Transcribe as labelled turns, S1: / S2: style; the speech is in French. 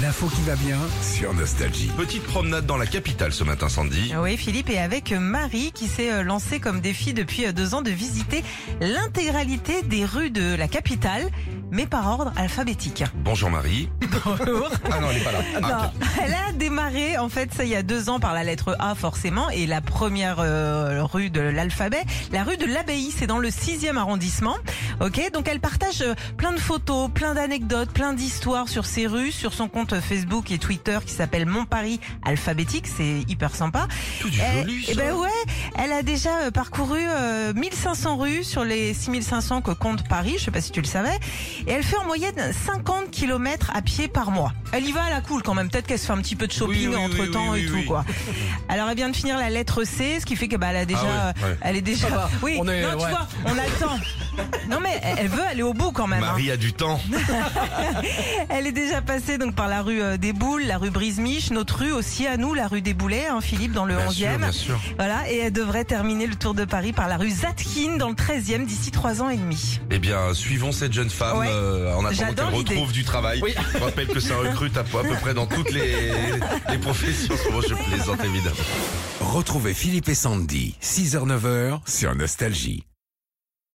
S1: L'info qui va bien.
S2: sur Nostalgie.
S3: Petite promenade dans la capitale ce matin, Sandy.
S4: Ah Oui, Philippe, et avec Marie qui s'est euh, lancée comme défi depuis euh, deux ans de visiter l'intégralité des rues de la capitale, mais par ordre alphabétique.
S3: Bonjour Marie.
S4: Bonjour.
S3: Ah non, elle est pas là. Ah,
S4: Non, elle a démarré en fait ça il y a deux ans par la lettre A forcément et la première euh, rue de l'alphabet, la rue de l'abbaye, c'est dans le 6e arrondissement. Ok, donc elle partage euh, plein de photos, plein d'anecdotes, plein d'histoires sur ses rues, sur son compte euh, Facebook et Twitter qui s'appelle Mon Paris alphabétique, c'est hyper sympa.
S3: Tout du
S4: Elle-
S3: joli,
S4: eh
S3: ça.
S4: ben ouais, elle a déjà euh, parcouru euh, 1500 rues sur les 6500 que compte Paris, je sais pas si tu le savais, et elle fait en moyenne 50 km à pied par mois. Elle y va à la cool quand même, peut-être qu'elle se fait un petit peu de shopping
S3: Oui, oui, oui,
S4: entre temps
S3: oui, oui,
S4: et
S3: oui.
S4: tout quoi. Alors elle vient de finir la lettre C, ce qui fait que bah elle a déjà
S3: Ah ouais,
S4: euh,
S3: ouais.
S4: elle est déjà Oui,
S1: on est-
S4: non, tu
S1: ouais.
S4: vois, on a le temps. Non mais elle- elle veut aller au bout quand même. hein.
S3: Marie a du temps.
S4: Elle est déjà passée donc par la rue euh, des Boules, la rue Brismiche, notre rue aussi à nous, la rue des Boulets, hein, Philippe, dans le
S3: Bien
S4: 11e.
S3: sûr, bien sûr.
S4: Voilà, et elle devrait terminer le tour de Paris par la rue Zatkin dans le 13e d'ici trois ans et demi.
S3: Eh bien, suivons cette jeune femme
S4: Ouais.
S3: euh, en attendant
S4: J'adore
S3: qu'elle retrouve du travail. Je rappelle que ça recrute à, peu- à peu près dans toutes les, les professions. Bon, je plaisante évidemment.
S2: Retrouvez Philippe et Sandy, 6h-9h sur Nostalgie.